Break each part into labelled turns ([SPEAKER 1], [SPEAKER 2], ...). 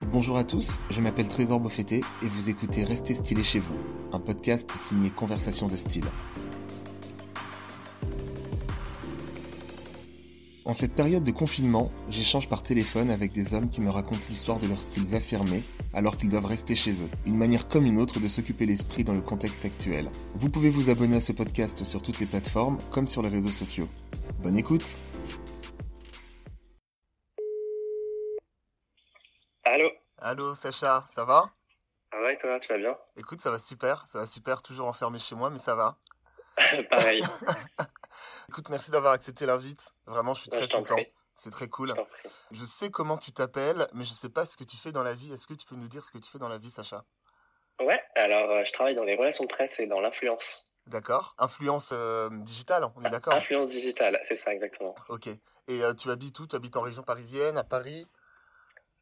[SPEAKER 1] Bonjour à tous, je m'appelle Trésor Beaufetté et vous écoutez Restez stylé chez vous, un podcast signé Conversation de style. En cette période de confinement, j'échange par téléphone avec des hommes qui me racontent l'histoire de leurs styles affirmés alors qu'ils doivent rester chez eux. Une manière comme une autre de s'occuper l'esprit dans le contexte actuel. Vous pouvez vous abonner à ce podcast sur toutes les plateformes comme sur les réseaux sociaux. Bonne écoute
[SPEAKER 2] Allô Ah
[SPEAKER 1] Allô Sacha, ça va
[SPEAKER 2] Ouais, toi, tu vas bien
[SPEAKER 1] Écoute, ça va super, ça va super, toujours enfermé chez moi, mais ça va.
[SPEAKER 2] Pareil,
[SPEAKER 1] Écoute, merci d'avoir accepté l'invite. Vraiment, je suis
[SPEAKER 2] Ouais,
[SPEAKER 1] très
[SPEAKER 2] Bah, je t'en
[SPEAKER 1] content.
[SPEAKER 2] prie.
[SPEAKER 1] C'est très
[SPEAKER 2] je
[SPEAKER 1] cool.
[SPEAKER 2] t'en prie.
[SPEAKER 1] Je sais comment tu t'appelles, mais je sais pas ce que tu fais dans la vie. Est-ce que tu peux nous dire ce que tu fais dans la vie, Sacha
[SPEAKER 2] Ouais, alors euh, je travaille dans les relations de presse et dans l'influence.
[SPEAKER 1] D'accord. Influence euh, digitale, on est d'accord
[SPEAKER 2] Influence digitale, c'est ça exactement.
[SPEAKER 1] Ok. Et euh, tu habites où Tu habites en région parisienne, à Paris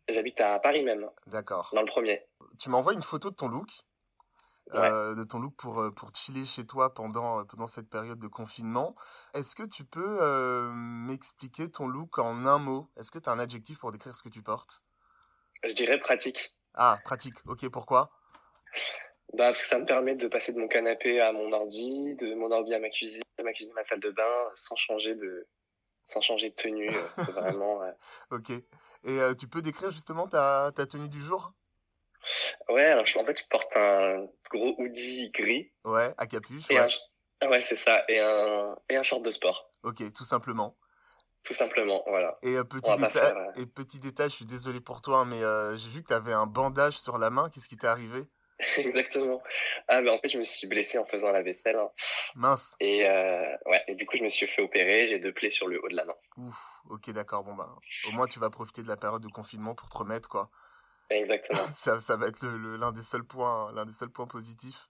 [SPEAKER 2] J'habite à Paris même,
[SPEAKER 1] D'accord.
[SPEAKER 2] dans le premier.
[SPEAKER 1] Tu m'envoies une photo de ton look, euh, de ton look pour, euh, pour chiller chez toi pendant, euh, pendant cette période de confinement. Est-ce que tu peux euh, m'expliquer ton look en un mot Est-ce que tu as un adjectif pour décrire ce que tu portes
[SPEAKER 2] Je dirais pratique.
[SPEAKER 1] Ah, pratique. Ok, pourquoi
[SPEAKER 2] Bah, parce que ça me permet de passer de mon canapé à mon ordi, de mon ordi à ma cuisine, de ma cuisine à ma salle de bain, sans changer de, sans changer de tenue. euh, C'est vraiment. euh,
[SPEAKER 1] Ok. Et euh, tu peux décrire justement ta, ta tenue du jour
[SPEAKER 2] Ouais, alors je- en fait, je porte un gros hoodie gris
[SPEAKER 1] Ouais, à capuche.
[SPEAKER 2] et
[SPEAKER 1] ouais.
[SPEAKER 2] un. ah Ouais, c'est ça, et un, et un short de sport,
[SPEAKER 1] Ok, tout simplement.
[SPEAKER 2] tout simplement, voilà.
[SPEAKER 1] Et euh, petit
[SPEAKER 2] va pas
[SPEAKER 1] détail,
[SPEAKER 2] faire, euh.
[SPEAKER 1] et petit détail, je suis désolé pour toi, hein, mais euh, j'ai vu que tu avais un bandage sur la main. Qu'est-ce qui t'est arrivé
[SPEAKER 2] Exactement. Ah, mais en fait, je me suis blessé en faisant la vaisselle. hein.
[SPEAKER 1] Mince.
[SPEAKER 2] Et, euh, ouais, et du coup, je me suis fait opérer. J'ai deux plaies sur le haut de la main.
[SPEAKER 1] Ouf. Ok, d'accord. Bon bah, au moins tu vas profiter de la période de confinement pour te remettre quoi.
[SPEAKER 2] Exactement.
[SPEAKER 1] Ça, ça va être le- le- l'un des seuls points, l'un des seuls points positifs.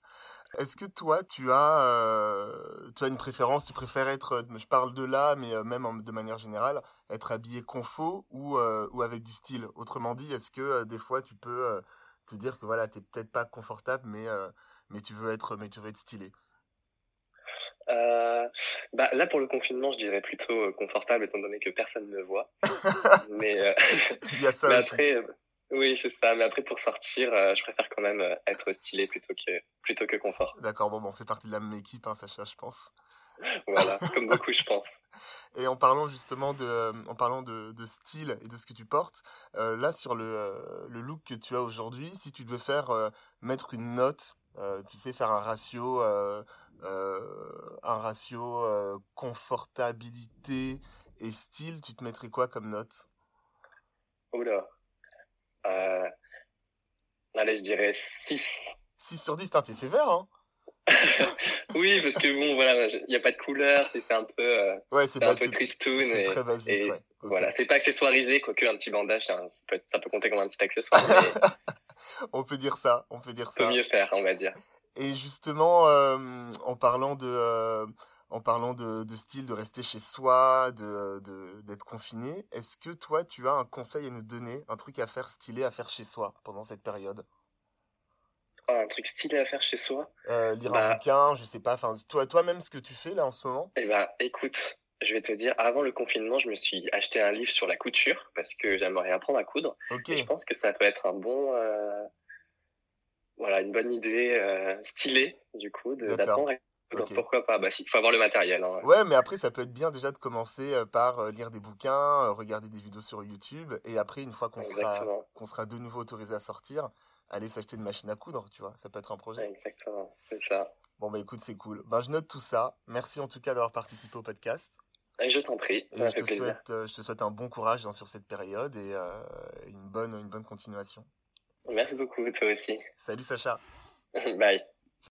[SPEAKER 1] Est-ce que toi, tu as, euh, tu as une préférence Tu préfères être, euh, je parle de là, mais euh, même en- de manière générale, être habillé confo ou, euh, ou avec du style Autrement dit, est-ce que euh, des fois tu peux euh, te dire que voilà, t'es peut-être pas confortable, mais euh, mais tu veux être, mais tu veux être stylé
[SPEAKER 2] Euh, bah, là, pour le confinement, je dirais plutôt euh, confortable, étant donné que personne ne me voit. mais, euh,
[SPEAKER 1] Il y a ça
[SPEAKER 2] mais
[SPEAKER 1] aussi.
[SPEAKER 2] après, euh, oui, c'est ça. Mais après, pour sortir, euh, je préfère quand même euh, être stylé plutôt que, plutôt que confort.
[SPEAKER 1] D'accord, bon, bon, on fait partie de la même équipe, hein, Sacha, je pense.
[SPEAKER 2] Voilà. Comme beaucoup, je pense.
[SPEAKER 1] Et en parlant justement de, euh, en parlant de, de style et de ce que tu portes, euh, là sur le, euh, le look que tu as aujourd'hui, si tu devais faire euh, mettre une note, euh, tu sais faire un ratio, euh, euh, un ratio euh, confortabilité et style, tu te mettrais quoi comme note
[SPEAKER 2] Oula. Oh Euh, allez, je dirais 6.
[SPEAKER 1] 6 sur 10, putain, t'es sévère, hein
[SPEAKER 2] Oui, parce que bon, voilà, il n'y a pas de couleur, c'est c'est un peu, euh,
[SPEAKER 1] Ouais, c'est
[SPEAKER 2] c'est un
[SPEAKER 1] bas-
[SPEAKER 2] peu
[SPEAKER 1] c'est-
[SPEAKER 2] tristoun
[SPEAKER 1] c'est
[SPEAKER 2] et
[SPEAKER 1] très basique,
[SPEAKER 2] et
[SPEAKER 1] ouais. Ok.
[SPEAKER 2] voilà, c'est pas accessoirisé, quoique un petit bandage, ça, ça peut, être- ça peut compter comme un petit accessoire, mais
[SPEAKER 1] On peut dire ça, on peut dire ça.
[SPEAKER 2] peut mieux faire, on va dire.
[SPEAKER 1] Et justement, euh, en parlant de, euh, en parlant de, de style, de rester chez soi, de, de- d'être confiné, est-ce que toi, tu as un conseil à nous donner, un truc à faire stylé, à faire chez soi pendant cette période
[SPEAKER 2] Ah, un truc stylé à faire chez soi.
[SPEAKER 1] Euh, Lire un
[SPEAKER 2] Bah.
[SPEAKER 1] bouquin, je sais pas, enfin, toi, toi-même ce que tu fais là en ce moment
[SPEAKER 2] Eh ben, écoute, je vais te dire, avant le confinement, je me suis acheté un livre sur la couture parce que j'aimerais apprendre à coudre.
[SPEAKER 1] Ok,
[SPEAKER 2] Et je pense que ça peut être un bon, euh, voilà, une bonne idée euh, stylée, du coup, de-
[SPEAKER 1] D'accord.
[SPEAKER 2] d'apprendre à coudre.
[SPEAKER 1] Ok.
[SPEAKER 2] Pourquoi pas? Bah, si, faut avoir le matériel, hein.
[SPEAKER 1] Ouais, mais après, ça peut être bien déjà de commencer euh, par euh, lire des bouquins, euh, regarder des vidéos sur YouTube, et après, une fois qu'on sera,
[SPEAKER 2] Exactement.
[SPEAKER 1] qu'on sera de nouveau autorisé à sortir, aller s'acheter une machine à coudre, tu vois, ça peut être un projet.
[SPEAKER 2] Exactement, c'est ça.
[SPEAKER 1] Bon bah écoute, c'est cool. Ben, je note tout ça. Merci en tout cas d'avoir participé au podcast.
[SPEAKER 2] Et je t'en prie,
[SPEAKER 1] Et
[SPEAKER 2] ça m'a
[SPEAKER 1] je
[SPEAKER 2] fait
[SPEAKER 1] te
[SPEAKER 2] plaisir.
[SPEAKER 1] souhaite, euh, je te souhaite un bon courage dans- sur cette période et euh, une bonne, une bonne continuation.
[SPEAKER 2] Merci beaucoup, toi aussi.
[SPEAKER 1] Salut Sacha.
[SPEAKER 2] Bye.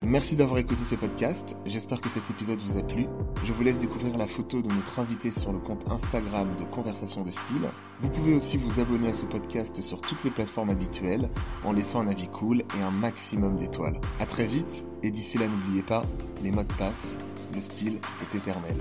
[SPEAKER 1] Merci d'avoir écouté ce podcast. J'espère que cet épisode vous a plu. Je vous laisse découvrir la photo de notre invité sur le compte Instagram de Conversation de Style. Vous pouvez aussi vous abonner à ce podcast sur toutes les plateformes habituelles en laissant un avis cool et un maximum d'étoiles. À très vite et d'ici là n'oubliez pas, les mots de passe, le style est éternel.